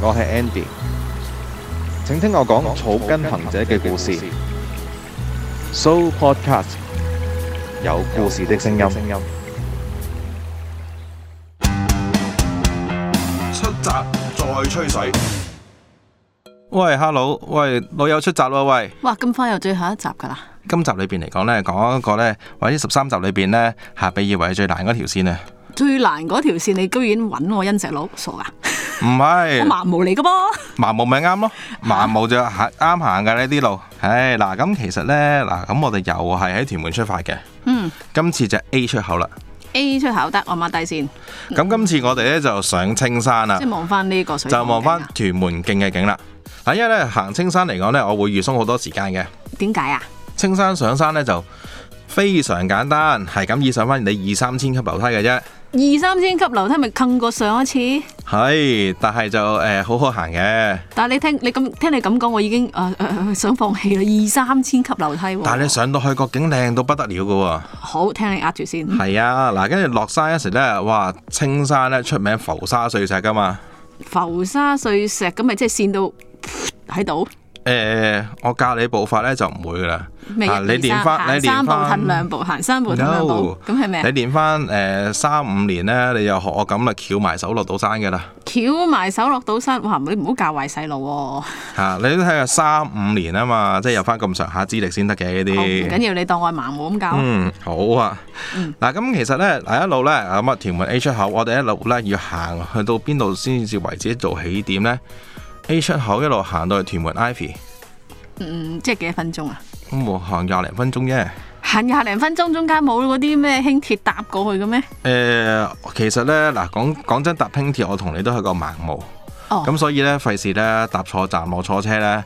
我係 Andy，請聽我講草根行者嘅故事。So Podcast 有故事的聲音。出閘再吹水，喂，hello，喂，老友出集啦，喂，哇！咁快又最後一集㗎啦，今集裏邊嚟講呢，講一個呢，或者十三集裏邊呢，下比以為係最難嗰條線啊，最難嗰條線你居然揾我恩石佬，傻噶！唔我係盲毛嚟 㗎噃，盲毛咪啱咯，啊盲毛就行啱行嘅呢啲路，唉嗱，咁其實呢，嗱，咁我哋又係喺屯門出發嘅，嗯今次就 A 出口啦， A 出口得，我抹低先，咁今次我哋呢，就上青山啦嗯啊即係，望翻呢個水塘就望翻景啊屯門徑嘅景啦，嗱，因為呢，行青山嚟講呢，我會預鬆好多時間嘅。點解啊？青山上山呢就非常簡單，係咁以上翻你二三千級樓梯嘅啫。二三千級樓梯咪坑過上一次，係，但係就誒、呃好好行嘅。但係你聽你咁聽你咁講，我已經誒、呃呃想放棄啦。二三千級樓梯喎，但係你上到去個景靚到不得了嘅好聽你呃住先，喎。係啊，嗱，跟住落山嗰時呢，哇！青山呢出名浮沙碎石噶嘛。浮沙碎石咁咪即係跣到喺度，誒、我教你步伐呢就唔會噶啦。咩一啊你二練三翻行你練三步翻褪兩步，行三步褪兩 No，步，咁係咩啊你？練翻誒三五年呢，你又學我咁啦，翹埋手落到山嘅啦。翹埋手落到山，哇！你唔好教壞細路喎。嚇、你都睇下三五年啊嘛，即係有翻咁上下資歷先得嘅呢哦唔啲。緊要，你當我係盲冇咁教。嗯，好啊。嗱、咁其實咧，嗱一路咧，咁啊，屯門 A 出口，我哋一路咧要行去到邊度先至為止做起點咧？A 出口一路行到去屯門 Ivy，嗯，即係幾多分鐘啊？咁我行廿零分鐘啫。誒、行廿零分鐘，中間冇嗰啲咩輕鐵搭過去嘅咩？呃其實咧，嗱講講真，搭輕鐵我同你都係個盲毛，哦，咁、所以咧費事咧搭錯站我坐車咧，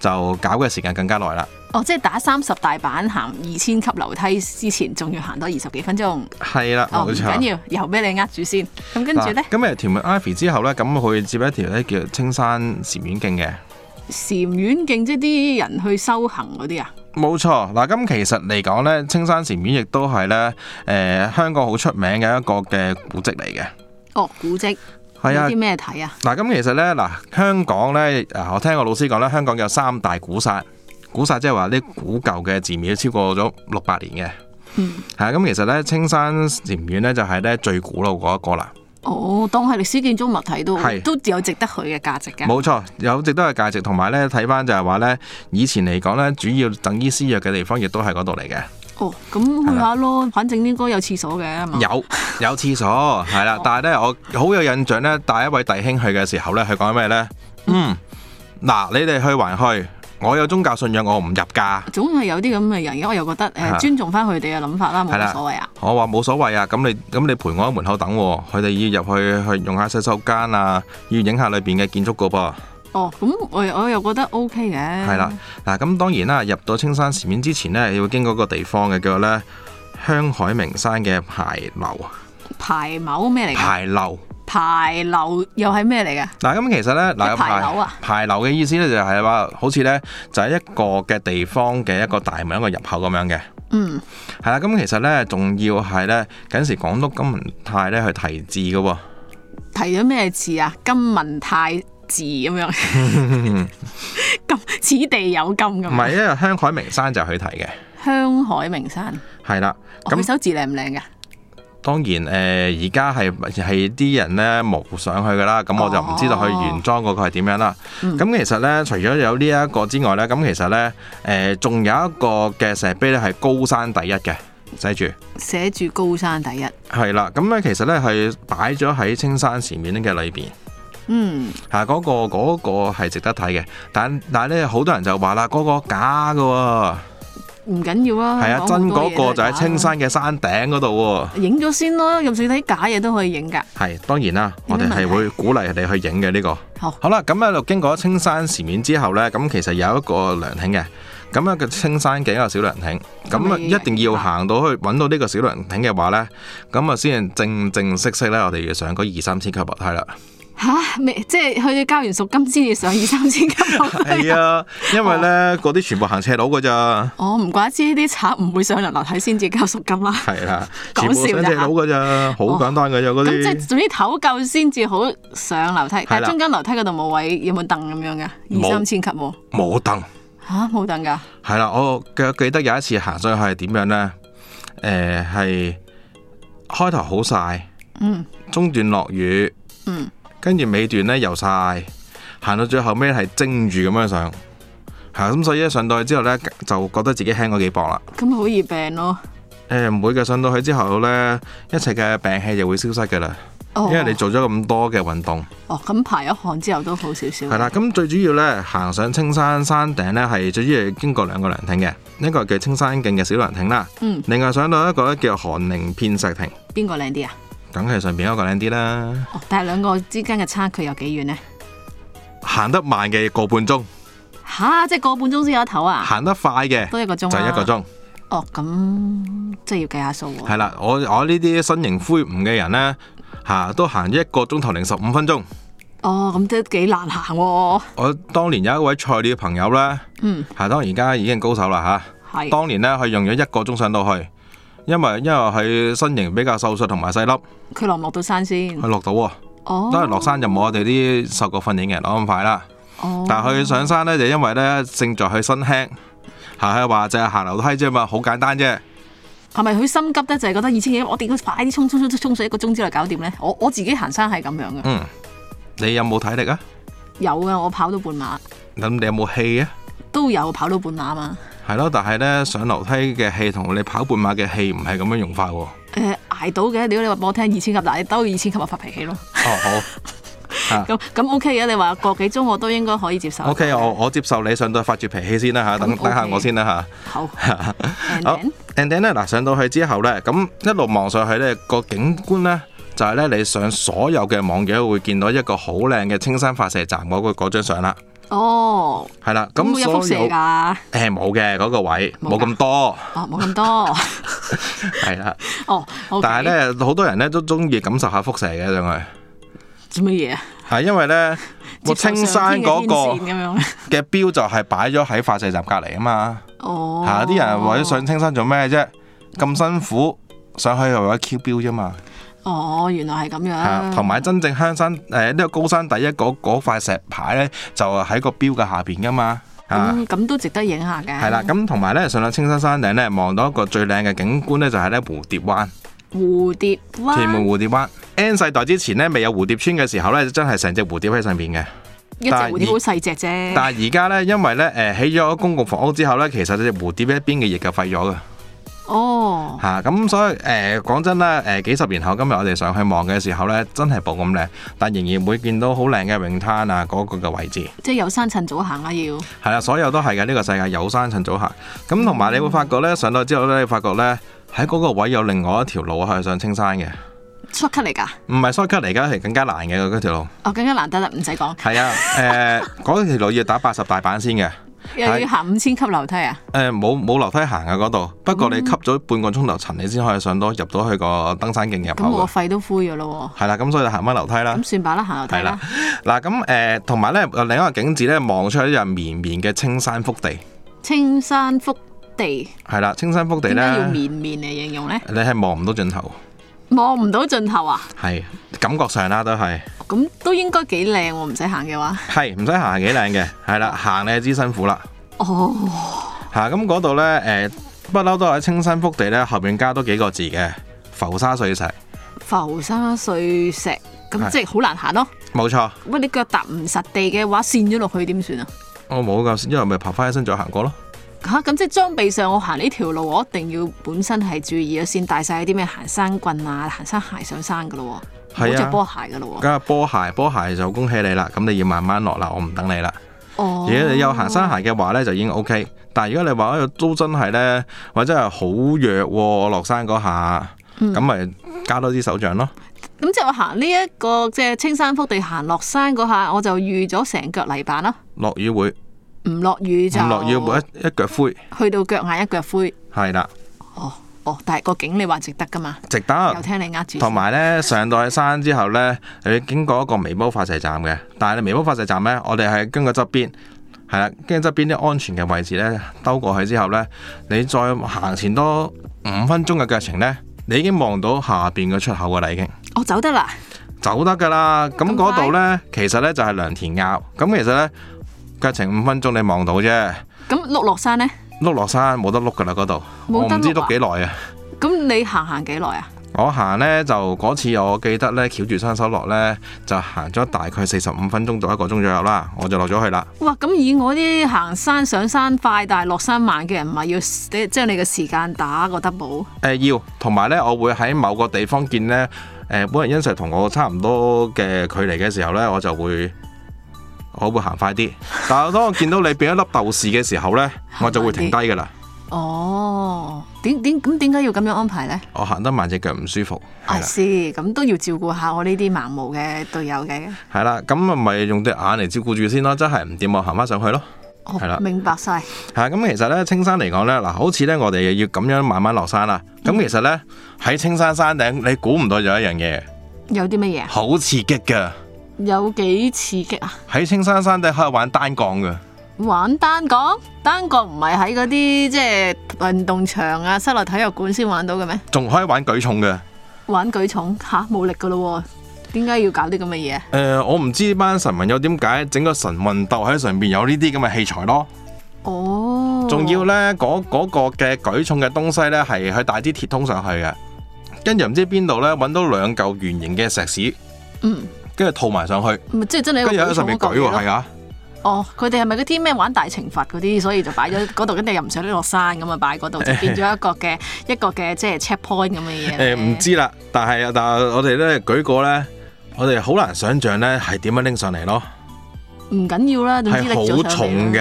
就搞嘅時間更加耐啦。哦，即係打三十大板行二千級樓梯之前，仲要行多二十幾分鐘。哦，係啦，冇唔錯。緊要，又俾你呃住先。咁跟住嗱呢，咁誒屯門 Ivy 之後咧，咁佢接一條咧叫青山禪院徑嘅。禪院徑即係啲人去修行嗰啲啊。冇錯，嗱咁其實嚟講呢，青山禪院亦都係呢誒香港好出名嘅一個嘅古蹟嚟嘅。哦，古蹟有係啊啲，咩睇啊？嗱咁其實呢，嗱香港呢，啊我聽個老師講呢，香港有三大古剎，古剎即係話啲古舊嘅寺廟超過咗六百年嘅。嗯，係啊，咁其實呢，青山禪院呢，就係呢最古老嗰一個啦。哦，當係歷史建築物睇都係都有值得去嘅價值㗎。冇錯，有值得嘅價值，同埋呢，睇翻就係話呢，以前嚟講呢，主要贈醫施藥嘅地方亦都係嗰度嚟嘅。哦，咁去下咯，反正應該有廁所嘅係嘛。有有廁所係啦，但係咧我好有印象咧，帶一位弟兄去嘅時候咧，佢講咩咧？嗯，嗱，你哋去還去，我有宗教信仰，我唔入㗎。總係有啲咁嘅人嘅，我又覺得啊誒尊重翻佢哋嘅諗法啦，冇係啦乜所謂啊。我話冇所謂啊，咁你咁你陪我喺門口等喎，佢哋要入去去用下洗手間啊，要影下裏邊嘅建築個噃。哦，咁我我又覺得 O K 嘅。係係啦，，嗱咁當然啦，入到青山禪院之前呢，要經過個地方嘅叫做咧香海名山嘅牌樓，排某咩嚟㗎？牌樓。排流又係咩嚟㗎？嗱，咁其實咧，嗱一排樓啊排樓嘅意思咧就係話，好似咧就係一個嘅地方嘅一個大門一個入口咁樣嘅，嗯，係啦。咁其實咧，仲要係咧，緊時港督金文泰咧去題字嘅哦喎，提咗咩字啊？金文泰字咁 樣，金此地有金咁唔係樣。因為香海名山就係佢題嘅，香海名山，係啦。哦佢咁首字靚唔靚㗎？當然呃誒，而家係係啲人咧冒上去噶啦，咁我就唔知道佢原裝嗰個係點樣啦。哦嗯咁其實咧，除咗有呢一個之外咧，咁其實咧誒，仲有一個嘅石碑咧係高山第一嘅，寫住。寫住高山第一。係啦，咁咧其實咧係擺咗喺青山前面嘅裏邊，嗯，嚇、嗰、個嗰、個係值得睇嘅。但但係咧好多人就話啦，嗰、個假嘅喎，唔緊要啊。係啊香港真好嗰多嘢個都就係喺假青山嘅山頂嗰度啊。影咗先咯，任水睇假嘢都可以影㗎。喎。係當然啦，我哋係會鼓勵你去影嘅呢個。好。好啦，咁喺度經過青山前面之後呢，咁其實有一個涼亭嘅，咁啊個青山景有小涼亭，咁咁啊你一定要行到去揾到呢個小涼亭嘅話呢，咁啊先正正式式呢，我哋要上嗰二三千級樓梯啦。吓未？即係佢哋交完贖金先至上二三千級樓梯。係啊，因為咧嗰啲全部行斜路㗎咋，我哦唔怪之呢啲賊唔會上樓樓梯先至交贖金啊啦。係啦，講全部笑上咋斜路㗎咋，好簡單㗎咋嗰咁即係啲。總之唞夠先至好上樓梯，但係啦中間樓梯嗰度冇位，有冇凳咁樣嘅？冇二三千級喎，冇凳，吓冇凳㗎，係啦，我記記得有一次行上去係點樣咧？誒、係開頭好晒，嗯中段落雨，嗯，跟住尾段咧又晒，行到最後尾係蒸住咁樣上，係啊咁所以咧上到去之後咧就覺得自己輕咗幾磅啦。咁咪好易病咯。誒唔會嘅，上到去之後呢，一切嘅病氣就會消失嘅啦，哦因為你做咗咁多嘅運動，哦，咁排咗汗之後都好少少。係啦。咁最主要呢，行上青山山頂呢，係最主要係經過兩個涼亭嘅，一個叫青山徑嘅小涼亭啦，嗯，另外上到一個咧叫寒靈片石亭，邊個靚啲啊？梗係上邊一個靚啲啦。哦，但係兩個之間嘅差距有幾遠呢？行得慢嘅個半鐘，吓、即係個半鐘先有一頭啊？行得快嘅都一個鐘啊就啦一個鐘，哦，咁即係要計下數喎。係啦。我我呢啲身形魁梧嘅人呢，嚇、都行一個鐘頭零十五分鐘。哦，咁都幾難行喎、我當年有一位菜鳥朋友呢。嗯，係當然而家已經高手啦嚇。係。當年呢，佢用咗一個鐘上到去，因為因為佢身形比較瘦削同埋細粒，佢落唔落到山先佢？落到喎。哦，當然落山就冇我哋啲受過訓練嘅人攞咁快啦。哦，但係佢上山呢，就因為呢勝在佢身輕，嚇佢話就係行樓梯啫嘛，好簡單啫。係咪佢心急咧？就係、覺得二千幾，我哋要快啲衝衝衝衝水一個鐘之內搞掂咧。我我自己行山係咁樣嘅，嗯，你有冇體力啊？有啊，我跑到半馬咁你有冇氣啊？都有跑到半馬嘛。係咯，但係呢，上樓梯嘅氣同你跑半馬嘅氣唔係咁樣用法喎。誒、捱到嘅，屌你話俾我聽二千級，嗱你兜二千級我發脾氣咯。哦，好。嚇咁咁 OK 嘅，你話個幾鐘我都應該可以接 受。 O K，我我接受你上到去發住脾氣先啦嚇，等咁哦 OK 等下我先啦嚇。好，and 好 then and then 咧嗱，上到去之後咧，咁一路望上去咧，個景觀咧就係咧你上所有嘅網嘅會見到一個好靚嘅青山發射站嗰個嗰張相啦，哦，係啦，咁咁會有輻所射有誒㗎？冇嘅嗰個位冇㗎冇咁多，哦，冇咁多，係啦，哦，OK，但係咧好多人咧都中意感受下輻射嘅上去，做乜嘢啊？係因為咧個 接受上青山天嗰嘅天線個咁樣咧，嘅標就係擺咗喺發射站隔離啊嘛，哦，嚇啲人為咗上青山做咩啫？咁辛苦上去係為咗 Q 標啫嘛。哦，原來係咁啊樣，同埋真正香山呃誒呢個高山第一嗰嗰塊石牌咧，就喺個標嘅下邊噶嘛。啊，嗯咁咁都值得影下嘅，係啦，咁同埋咧上到青山山頂咧，望到一個最靚嘅景觀咧，就係咧蝴蝶灣，蝴蝶灣，屯門蝴蝶灣。N 世代之前咧，未有蝴蝶村嘅時候咧，真係成隻蝴蝶喺上邊嘅。一隻蝴蝶好細隻啫，但係而家咧，因為咧誒起咗公共房屋之後咧，其實隻蝴蝶一邊嘅翼就廢咗嘅。哦，嚇咁、所以誒講、真啦，誒、呃幾十年後今日我哋上去望嘅時候咧，真係冇咁靚，但仍然會見到好靚嘅泳灘啊嗰、個嘅位置。即係有山趁早行啦啊要，係啊啦，所有都係嘅。呢、個世界有山趁早行。嗯咁同埋你會發覺呢，上到之後呢，你發覺呢，喺嗰個位有另外一條路係上青山嘅， shortcut 嚟㗎，唔係 shortcut 嚟㗎，係更加難嘅嗰條路。哦，更加難得啦，唔使講，係 啊，誒、嗰條路要打八十大板先嘅。又係要行五千級樓梯啊，誒、冇冇樓梯行嘅嗰度，不過嗯你吸咗半個鐘頭塵，你先可以上到入到去個登山徑入咁口我嗯嘅。肺都灰咗咯係啦，咁所以就行翻樓梯啦喎，咁。算吧啦，行樓梯係啦啦，，嗱咁誒，同埋咧另一個景致咧，望出去就係綿綿嘅青山腹地。青山福地。係啦，青山腹地點咧解，要綿綿嚟形容咧？你係望唔到盡頭。望唔到盡頭啊！係感覺上啦，都係咁都應該幾靚喎，唔使行嘅話。係唔使行係幾靚嘅，係啦，行你就知辛苦啦哦，嚇。咁嗰度呢，誒不嬲都喺青山福地呢，後邊加多幾個字嘅浮沙碎石，浮沙碎石，咁係即係好難行咯。冇錯。喂，你腳踏唔實地嘅話，跣咗落去點算啊？我哦冇咁，因為咪爬翻起身再行過咯。嚇、咁即係裝備上，我行呢條路，我一定要本身係注意咗啊先，帶晒啲咩行山棍啊、行山鞋上山噶咯喎，係冇啊着波鞋噶咯喎。梗係波鞋，波鞋就恭喜你啦。咁你要慢慢落啦，我唔等你啦。哦，如果你有行山鞋嘅話呢，就已經 O K。但係如果你話哎呀都真係呢，或者係好弱喎，我落山嗰下，咁咪、加多啲手杖咯。咁即係我行呢、一個即係青山福地行落山嗰下，我就預咗成腳泥板啦。落雨會唔落雨唔就落雨會一一腳灰，去到腳眼一腳灰。係啦。哦，哦，但係個景你話值得㗎嘛？值得又。聽你呃住先，啊同埋咧，上到去山之後咧，你要經過一個微波發射站嘅，但係你微波發射站咧，我哋係經過側邊，係啦，跟住側邊啲安全嘅位置咧，兜過去之後咧，你再行前多五分鐘嘅腳程咧，你已經望到下邊嘅出口噶啦，已經我哦走得啦，走得噶啦。咁咁嗰快度咧，其實咧就係良田坳，咁其實咧腳程五分鐘你望到啫，咁碌落山咧，碌落山冇得碌噶啦嗰度，我冇得唔知碌啊碌幾耐啊！咁你行行幾耐啊？我行呢，就嗰次我記得呢，翹住雙手落呢，就行咗大概四十五分鐘到一個鐘左右啦，我就落咗去啦。哇！咁以我啲行山上山快但係落山慢嘅人，唔係要 st- 將你嘅時間打個 double，誒、呃要，同埋呢，我會喺某個地方見呢，誒、呃本人欣 Sir 同我差唔多嘅距離嘅時候呢，我就會我會行快啲。但係當我見到你變一粒豆豉嘅時候呢，我就會停低㗎啦。哦，點點咁點解要咁樣安排呢？我行得慢隻腳唔舒服，係啊啦，是，咁都要照顧下我呢啲盲毛嘅隊友嘅。係啦，咁咪用隻眼嚟照顧住先咯，真係唔掂我行翻上去咯。哦係啦明白晒。係啊咁其實咧，青山嚟講咧，嗱，好似咧，我哋要咁樣慢慢落山啦。咁嗯其實咧，喺青山山頂，你估唔到有一樣嘢，有啲乜嘢啊？好刺激㗎。有幾刺激啊？喺青山山頂可以玩單槓㗎，玩單槓，單槓唔係喺嗰啲即係運動場啊、室內體育館先玩到嘅咩？仲可以玩舉重㗎。誒、玩舉重吓冇力噶咯喎，點解要搞啲咁嘅嘢啊？呃我唔知班神民友點解整個神運鬥喺上邊有呢啲咁嘅器材咯。哦，仲要咧，嗰嗰、個嘅舉重嘅東西咧，係佢帶啲鐵通上去嘅，跟住唔知邊度咧揾到兩嚿圓形嘅石屎，嗯，跟住套埋上去，咪即係真係一個跟住喺上面舉重舉嗰嚿喎，嘢咯係啊。哦，佢哋係咪嗰啲咩玩大懲罰嗰啲，所以就擺咗嗰度，跟住又唔想落山咁啊，擺嗰度就變咗一個嘅一個嘅即係 checkpoint 咁嘅嘢誒咧。唔知啦，但係但係我哋咧舉過咧，我哋好難想像咧係點樣拎上嚟咯，唔緊要啦，總之係拎咗好上嚟啦啊重，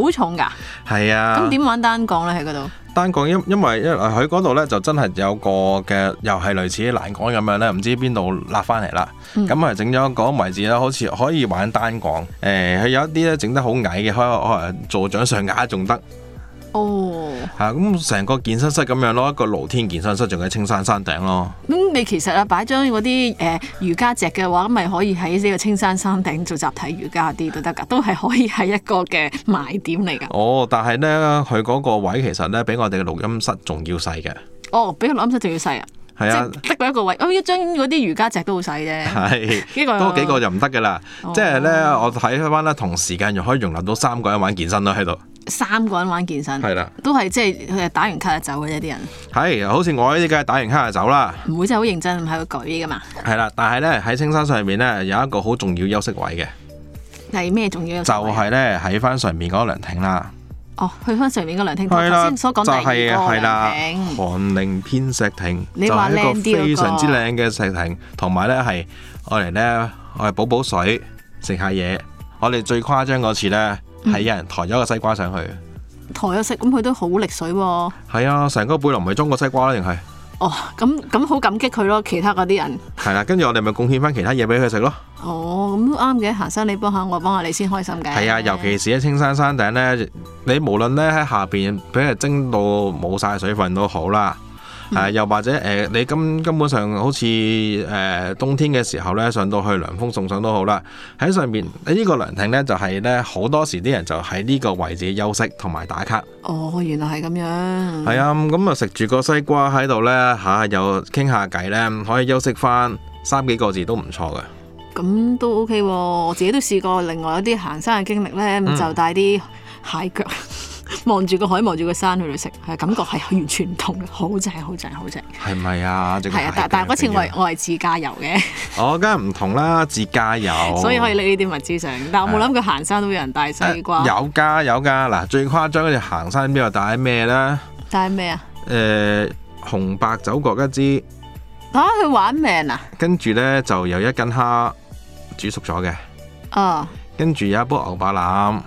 㗎，好重㗎。係啊。咁點玩單槓咧喺嗰度？單槓因因為因為佢嗰度咧就真係有個嘅，又係類似欄杆咁樣咧，唔知邊度立翻嚟啦。嗯咁啊整咗個位置啦，好似可以玩單槓。誒、佢有一啲咧整得好矮嘅，可以可能做掌上壓仲得哦，嚇。咁、成個健身室咁樣咯，一個露天健身室仲喺青山山頂咯。咁你其實啊擺張嗰啲誒瑜伽席嘅話，咁咪可以喺呢個青山山頂做集體瑜伽啲都得㗎，都係可以係一個嘅賣點嚟㗎。 哦，但係咧佢嗰個位其實咧比我哋嘅錄音室仲要細嘅。哦，比個錄音室仲要細啊，即係啊，係得佢一個位。哦，一張嗰啲瑜伽席都好細 啫，係呢個啊多幾個就唔得噶啦。哦即係咧，我睇翻咧，同時間又可以容納到三個人玩健身咯喺度。三個人玩健身。係啦，都係即係佢係打完卡就走嘅啫，啲人係好似我呢啲梗係打完卡就走啦。唔會真係好認真咁喺度舉噶嘛。係啦，但係咧喺青山上面咧有一個好重要休息位嘅，係咩重要嘅就所謂？係咧喺翻上面嗰個涼亭啦。哦，去翻上面個涼亭，頭係啦，先所就講第係二個係啦涼，亭，寒靈偏石亭，就你話係一個靚啲嗰個非常之靚嘅石亭，同埋咧係我嚟咧我哋補補水，食下嘢。我哋最誇張嗰次咧嗯係有人抬咗個西瓜上去。抬咗色，咁佢都好力水喎、係啊，成個背囊咪裝個西瓜啦，定係哦，咁咁好感激佢咯，其他嗰啲人。係啦，跟住我哋咪貢獻翻其他嘢俾佢食咯。哦，咁都啱嘅，行山你幫下我，幫下你先開心嘅。係啊，尤其是喺青山山頂呢，你無論咧喺下邊俾人蒸到冇晒水分都好啦。嗯誒、又或者誒、呃你根根本上好似誒、呃冬天嘅時候咧，上到去涼風送上都好啦。喺上面呢、個涼亭咧，就係咧好多時啲人就喺呢個位置休息同埋打卡。哦，原來係咁樣。係啊，咁啊食住個西瓜喺度咧嚇，又傾下偈咧，可以休息翻三幾個字都唔錯嘅。咁都 OK 喎，我自己都試過另外一啲行山嘅經歷咧，嗯咁就帶啲蟹腳望住個海，望住個山去度食，係感覺係完全唔同嘅，好正好正好正。係咪啊？整個係啊，蟹腳但但嗰次咁我係樣我係自駕遊嘅，我哦梗係唔同啦，自駕遊，所以可以拎呢啲物資上。但我冇諗過行山都有人帶西瓜誒，呃有噶有噶，嗱最誇張嗰隻行山邊度帶咩咧？誒、帶咩啊？紅白酒各一支，嚇佢玩命啊！跟住咧就有一斤蝦煮熟咗嘅，啊跟住有一煲牛百腩，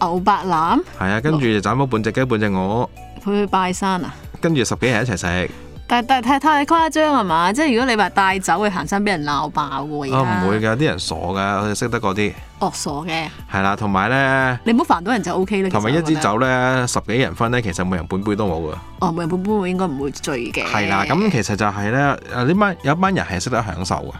牛白腩，係啊，跟住就斬咗半隻雞半隻鵝，佢去拜山啊！跟住十幾人一齊食，但但太太誇張係嘛？即係如果你話帶走去行山，俾人鬧爆喎。而啊家唔會㗎，啲人傻㗎，佢哋識得嗰啲惡傻嘅，係啦，同埋咧，你唔好煩到人就 O K 啦。同埋一支支酒咧，十幾人分咧，其實每人半杯都冇㗎。哦，每人半杯應該唔會醉嘅。係啦，咁其實就係咧，誒呢班有一班人係識得享受嘅。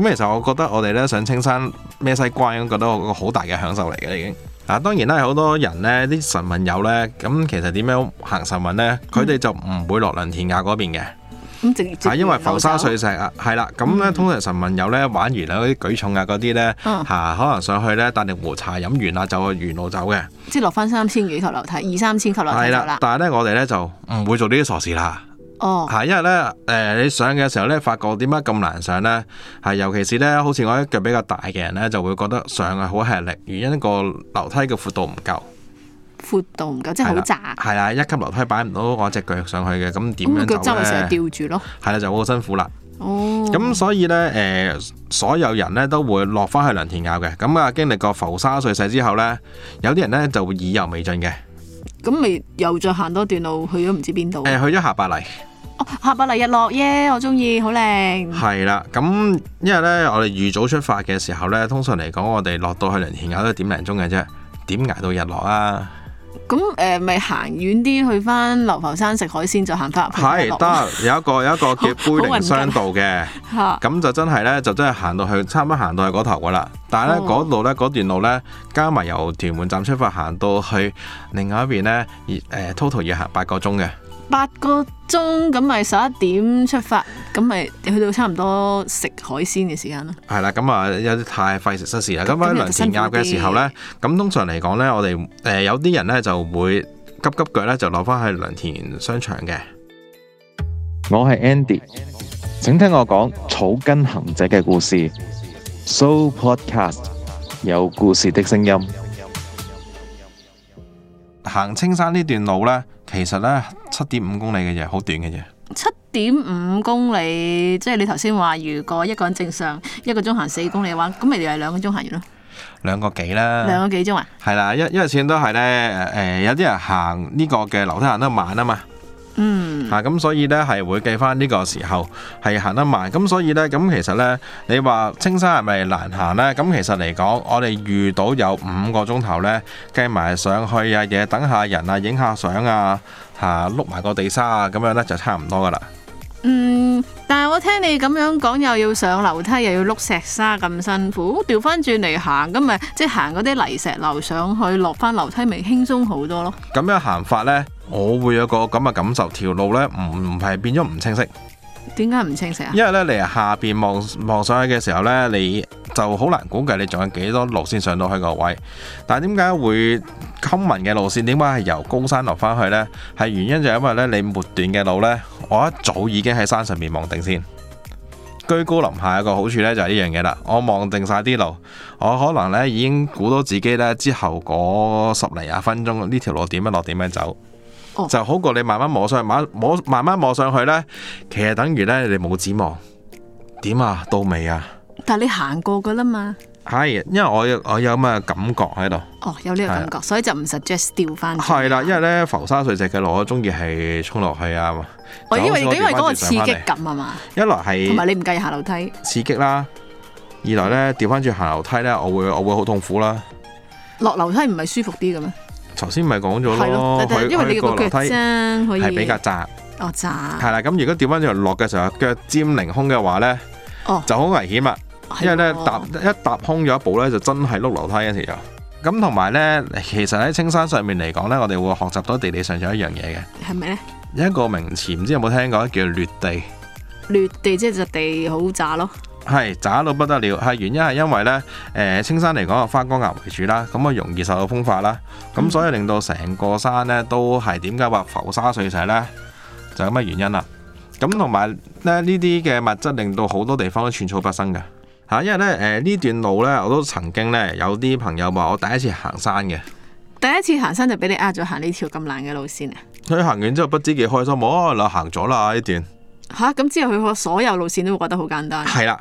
咁其實我覺得我哋咧上青山孭西瓜，咁覺得我個好大嘅享受嚟嘅已經。嗱，當然啦，有好多人咧，啲神運友咧，咁其實點樣行神運咧？佢哋就唔會落良田雅嗰邊嘅，咁直係接因為浮沙水碎石啊，係啦。咁咧通常神運友咧玩完啦，嗰啲舉重啊嗰啲咧，嗯嚇可能上去咧帶定壺茶飲完啦，就去沿路走嘅。即係落翻三千幾級樓梯，二三千級樓梯係就啦啦，。但係咧我哋咧就唔會做呢啲傻事啦。哦，係，因為咧，誒、你上嘅時候咧，發覺點解咁難上咧？係尤其是咧，好似我啲腳比較大嘅人咧，就會覺得上係好吃力，原因個樓梯嘅闊度唔夠，闊度唔夠，即係係好啦窄。係啦，一級樓梯擺唔到我只腳上去嘅，咁點咁樣個腳周走圍成日咧？吊住咯。係啦，就好辛苦啦。哦，咁、所以咧，誒、所有人咧都會落翻去良田坳嘅。咁啊，經歷過浮沙碎石之後咧，有啲人咧就會意猶未盡嘅。咁咪又再行多段路去咗唔知邊度誒、。去咗下白泥。哦，下巴黎日落耶，我中意，好靚。係啦，咁因為咧，我哋預早出發嘅時候咧，通常嚟講，我哋落到去良田坳都點零鐘嘅啫，點捱到日落啊？咁誒，咪行遠啲去翻流浮山食海鮮，就行翻入去日係落咯。得有一個有一個叫杯靈雙道嘅，嚇咁就真係咧，就真係行到去差唔多行到去嗰頭噶啦。但係咧哦嗰度咧嗰段路咧，加埋由屯門站出發行到去另外一邊咧，誒 total 要行八個鐘嘅。八個鐘，咁咪十一點出發，咁咪去到差唔多食海鮮嘅時間咯。係啦，咁啊有啲太費時失事啦。咁咁喺又良田鴨嘅時候咧，咁通常嚟講咧，我哋誒、呃有啲人咧就會急急腳咧就攞翻去良田商場嘅。我係 Andy，請聽我講草根行者嘅故事。So Podcast 有故事的聲音。行青山呢段路咧，其實咧七點五公里嘅嘢，好短嘅嘢。七點五公里，即係你頭先話，如果一個人正常一個鐘行四公里嘅話，咁咪就係兩個鐘行完咯，兩個幾兩啦，個幾鐘啊？係啦，因因為始終都係咧，誒、呃有啲人行呢個嘅樓梯行得慢啊嘛，嗯，嚇咁、所以咧係會計翻呢個時候係行得慢，咁所以咧咁其實咧，你話青山係咪難行咧？咁其實嚟講，我哋遇到有五個鐘頭咧，計埋上去啊嘢，等下人啊，影下相啊，嚇碌埋個地沙啊，咁樣咧就差唔多噶啦。嗯，但係我聽你咁樣講，又要上樓梯，又要碌石沙咁辛苦，調翻轉嚟行，咁咪即係行嗰啲泥石流上去，落翻樓梯咪輕鬆好多咯。咁樣行法咧，我會有個咁嘅感受，條路咧唔唔係變咗唔清晰。點解唔清晰啊？因為咧，你係下邊望望上去嘅時候咧，你就好難估計你仲有幾多路先上到去個位。但係點解會 common 嘅路線點解係由高山落翻去呢？係原因就係因為咧，你末段嘅路呢，我一早已經喺山上面望定先。居高臨下有個好處呢，就係呢樣嘢啦。我望定晒啲路，我可能呢已經估到自己呢之後嗰十零廿分鐘呢條路點樣落點樣走，哦就好過你慢慢摸上去，慢摸慢慢摸上去呢。其實等於咧，你冇指望點啊，到未啊？但係你行過噶啦嘛。係，因為我有我有咁嘅感覺喺度。哦，有呢個係啊感覺，所以就唔 suggest 調翻轉。係啦，因為咧浮沙碎石嘅路，我中意係衝落去啊。我因為就好似因為我嗰個調刺翻轉上激返嚟感啊嘛，一來同係埋你唔計下樓梯，刺激啦，二來咧調翻轉行樓梯咧，我會我會好痛苦啦。落樓梯唔係舒服啲嘅咩？頭先咪講咗係咯，但係佢因為佢你個個樓腳梯踭可以係比較窄，哦窄係啦。咁如果調翻轉落嘅時候，腳尖凌空嘅話咧，哦，就好危險啦。係因為咧喎踏一踏空咗一步咧，就真係碌樓梯嗰時就咁，同埋咧，其實喺青山上面嚟講咧，我哋會學習到地理上有一樣嘢嘅，係咪咧？有一個名詞唔知有冇聽過叫劣地，劣地即係就地好窄咯，係渣到不得了，係原因係因為咧，誒、青山嚟講啊，花崗岩為主啦，咁啊容易受到風化啦，咁所以令到成個山咧都係點解話浮沙碎石咧，就係咁嘅原因啦。咁同埋咧呢啲嘅物質令到好多地方都寸草不生嘅嚇，因為咧誒呢段路咧我都曾經咧有啲朋友話我第一次行山嘅，第一次行山就俾你呃咗行呢條咁爛嘅路線啊！佢行完之後不知幾開心，哦我啊嗱行咗啦呢段，吓咁之後佢所有路線都會覺得好簡單，係啦，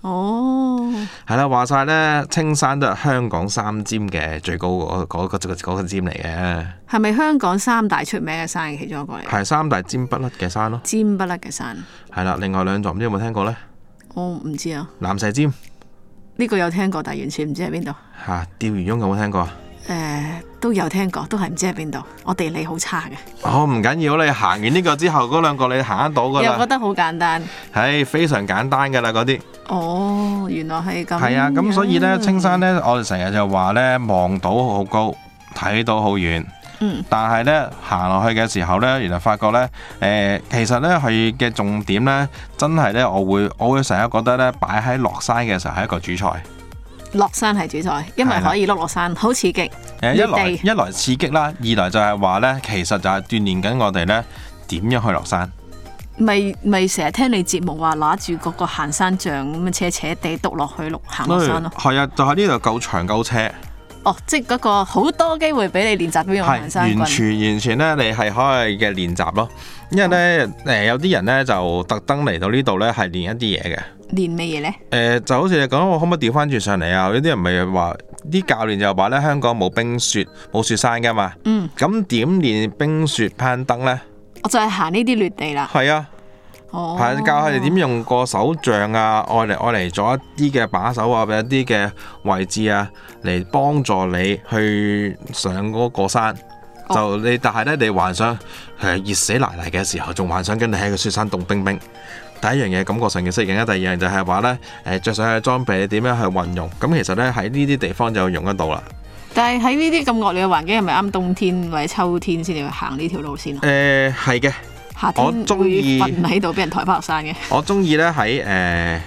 哦，係啦，話晒咧，青山都係香港三尖嘅最高嗰嗰嗰嗰嗰個尖嚟嘅，係咪香港三大出名嘅山嘅其中一個嚟？係三大尖不甩嘅山咯。尖不甩嘅山，係啦，另外兩座唔知有冇聽過呢？我唔知啊，藍石尖呢、個有聽過，但係完全唔知喺邊度。嚇、啊，釣魚翁有冇聽過啊？誒、都有聽過，都係唔知喺邊度。我地理好差嘅，哦，唔緊要，你行完呢個之後，嗰兩個你行得到噶又覺啦，得好簡單。係非常簡單噶啦嗰啲。哦，原來係咁。係啊，咁所以呢，青山呢，我哋成日就話呢，望到好高，睇到好遠。嗯但係呢，行落去嘅時候呢，原來發覺呢，誒、其實呢，佢嘅重點呢，真係呢，我會我會成日覺得呢，擺喺落山嘅時候係一個主菜。落山係主菜，因為係啦可以碌落山，好刺激。誒一越來地一來刺激啦，二來就係話呢，其實就係鍛鍊緊我哋呢點樣去落山。咪咪成日聽你節目話拿住嗰個行山杖咁樣斜斜地篤落去碌行落山咯。係啊，就喺呢度夠長夠車，哦，即係嗰個好多機會俾你練習邊用行係山完棍。全完全呢，你係可以嘅練習咯。因為呢，誒有啲人呢就特登嚟到呢度呢係練一啲嘢嘅。練咩嘢呢？誒、就好似你講，我可唔可以調翻轉上嚟啊？有啲人咪話啲教練就話呢，香港冇冰雪冇雪山㗎嘛。嗯，咁點練冰雪攀登呢？我就係行呢啲劣地啦。係啊。哦，係教佢哋點用個手杖啊，愛嚟愛嚟做一啲嘅把手啊，一啲嘅位置啊，嚟幫助你去上嗰個山。哦就你，但係咧，你幻想誒熱死奶奶嘅時候，仲幻想緊你喺個雪山凍冰冰。第一樣嘢感覺上嘅適應啦，第二樣就係話咧，誒著上去嘅裝備你點樣去運用，咁其實咧喺呢啲地方就用得到啦。但係喺呢啲咁惡劣嘅環境，係咪啱冬天或者秋天先至去行呢條路線啊？誒係嘅，夏我天鍾意會瞓喺度俾人抬翻落山嘅。我中意咧喺誒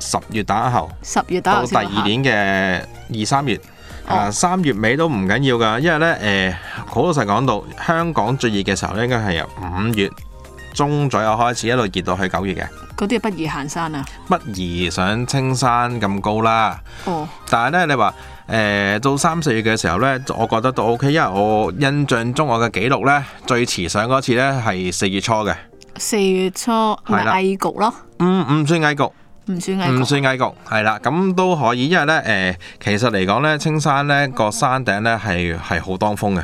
十月打後。十月打到後第先二年嘅二三月，啊哦三月尾都唔緊要㗎，因為呢，誒、呃好老實講到香港最熱嘅時候咧，應該係由五月中左右開始一路熱到去九月嘅，嗰啲不如行山啊！不宜上青山咁高啦。哦，但係呢，你話誒、到三四月嘅時候呢，我覺得都 OK，因為我印象中我嘅記錄呢，最遲上嗰次呢係四月初嘅，四月初咪係啦翳焗咯，唔唔算翳焗。唔算翳唔焗。算翳焗，係啦，咁都可以，因為咧誒、呃其實嚟講咧，青山咧個山頂咧係係好當風嘅，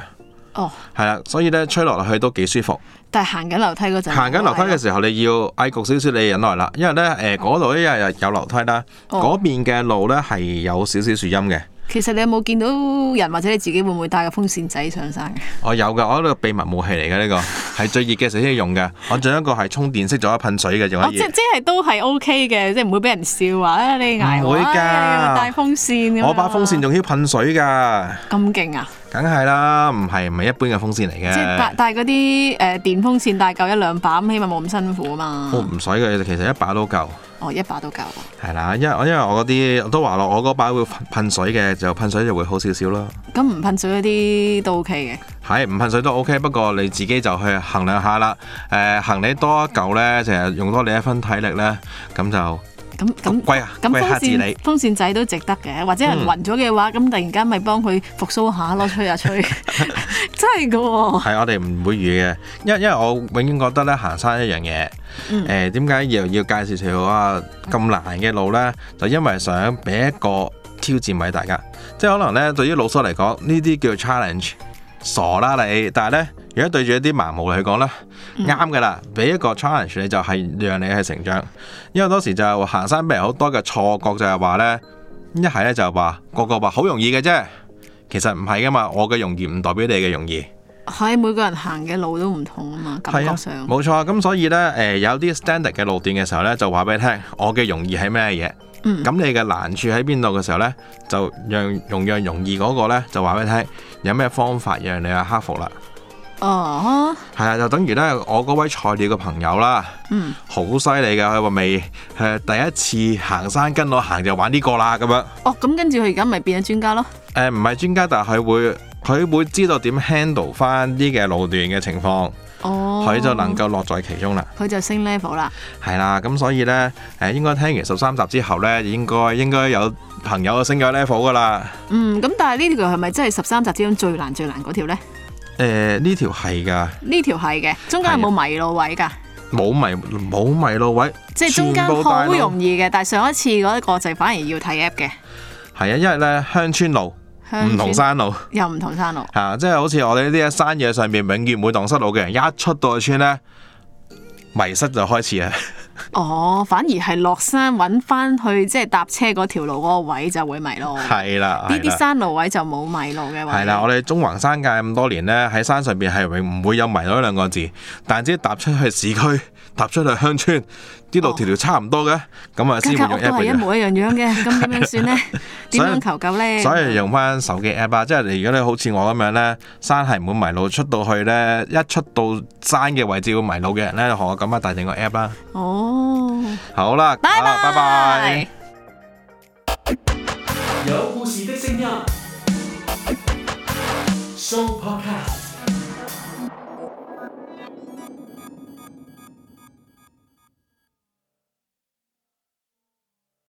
哦，係啦，所以咧吹落落去都幾舒服。但係行緊樓梯嗰陣，行緊樓梯嘅時時候，你要翳焗少少，你忍耐啦，因為咧誒嗰度因為有樓梯啦，哦嗰、邊嘅路咧係有少少樹蔭嘅。 其實你有冇見到人或者你自己會唔會帶個風扇仔上山嘅？我有嘅，我呢個秘密武器嚟嘅呢個，係最熱嘅時候先用嘅。我仲有一個係充電式咗一噴水嘅，仲哦，可即以。即係都係 O K 嘅，即係唔會俾人笑話啊你捱唔會㗎啊帶風扇咁樣啊。我把風扇仲要噴水㗎，咁勁啊！梗係啦，唔係唔係一般嘅風扇嚟嘅。即係帶帶嗰啲誒電風扇帶夠一兩把，咁起碼冇咁辛苦啊我嘛。唔使嘅，其實一把都夠，哦，一把都夠。係啦，因為因為我嗰啲我都話落，我嗰把會噴水嘅，就噴水就會好少少啦。咁唔噴水嗰啲都 OK 嘅。係唔噴水都 OK，不過你自己就去衡量下啦。誒、行李多一嚿呢，成日用多你一分體力呢，咁就咁咁歸啊咁歸黑自嗯風扇理。風扇仔都值得嘅，或者人暈咗嘅話，咁、突然間咪幫佢復甦下咯，吹下吹， 真係嘅喎。係我哋唔會預嘅，因為因為我永遠覺得咧行山一樣嘢，誒點解又要介紹條啊咁難嘅路呢？就因為想俾一個挑戰俾大家，即係可能呢，對於老蘇嚟講，呢啲叫 challenge，傻啦你，但係呢，如果對住一啲盲毛嚟講呢，啱噶啦，俾一個 challenge 你就係讓你去成長，因為好多時就係行山俾人好多嘅錯覺就係話呢，一係呢就係話個個話好容易嘅啫，其實唔係噶嘛，我嘅容易唔代表你嘅容易。係每個人行嘅路都唔同啊嘛，感係啊覺，上。冇錯。咁所以呢，誒、有啲 standard 嘅路段嘅時候呢，就話俾你聽，我嘅容易係咩嘢？嗯咁你嘅難處喺邊度嘅時候呢，就讓用讓容易嗰個呢，就話俾你聽，有咩方法讓你去克服啦。哦，係啊，就等於呢，我嗰位菜鳥嘅朋友啦，嗯，好犀利㗎，佢話未誒第一次行山跟我行就玩呢個啦咁樣。哦，咁跟住佢而家咪變咗專家咯。誒唔係專家，但係佢會佢會知道點 handle 翻啲嘅路段嘅情況，哦，佢就能夠樂在其中啦。佢就升 level 啦。係啦，咁所以呢，誒應該聽完十三集之後呢，應該應該有朋友升咗 level 噶啦。嗯，咁但係呢條係咪真係十三集之中最難最難嗰條呢？誒呢條係㗎，呢條係嘅，中間有冇迷路位㗎？冇迷冇迷路位，即係中間全部大好路容易嘅，但係上一次嗰一個就反而要睇 app 嘅，係啊，因為咧鄉村路鄉唔同村山路。又唔同山路，嚇、即係好似我哋呢啲喺山野上面永遠唔會蕩失路嘅人，一出到去村呢，迷失就開始啊啦。哦，反而係落山揾翻去即係搭車嗰條路嗰個位就會迷路，呢係啦，係啲啦，山路位就冇迷路嘅位，係啦。我哋中環山界咁多年呢，喺山上邊係永唔會有迷路呢兩個字，但只要踏出去市區，踏出去鄉村，啲路哦條條差唔多嘅，咁啊先間會間屋用都 app 係一嘅啫。模一樣樣嘅，咁點樣算呢？點所以樣求救呢？所以用翻手機 app 啊，即係如果你好似我咁樣呢，山係唔會迷路，出到去呢，一出到山嘅位置會迷路嘅人呢，學我咁啊，帶定個 app 啦。哦，好啦，拜好啦拜拜。有故事的聲音，Show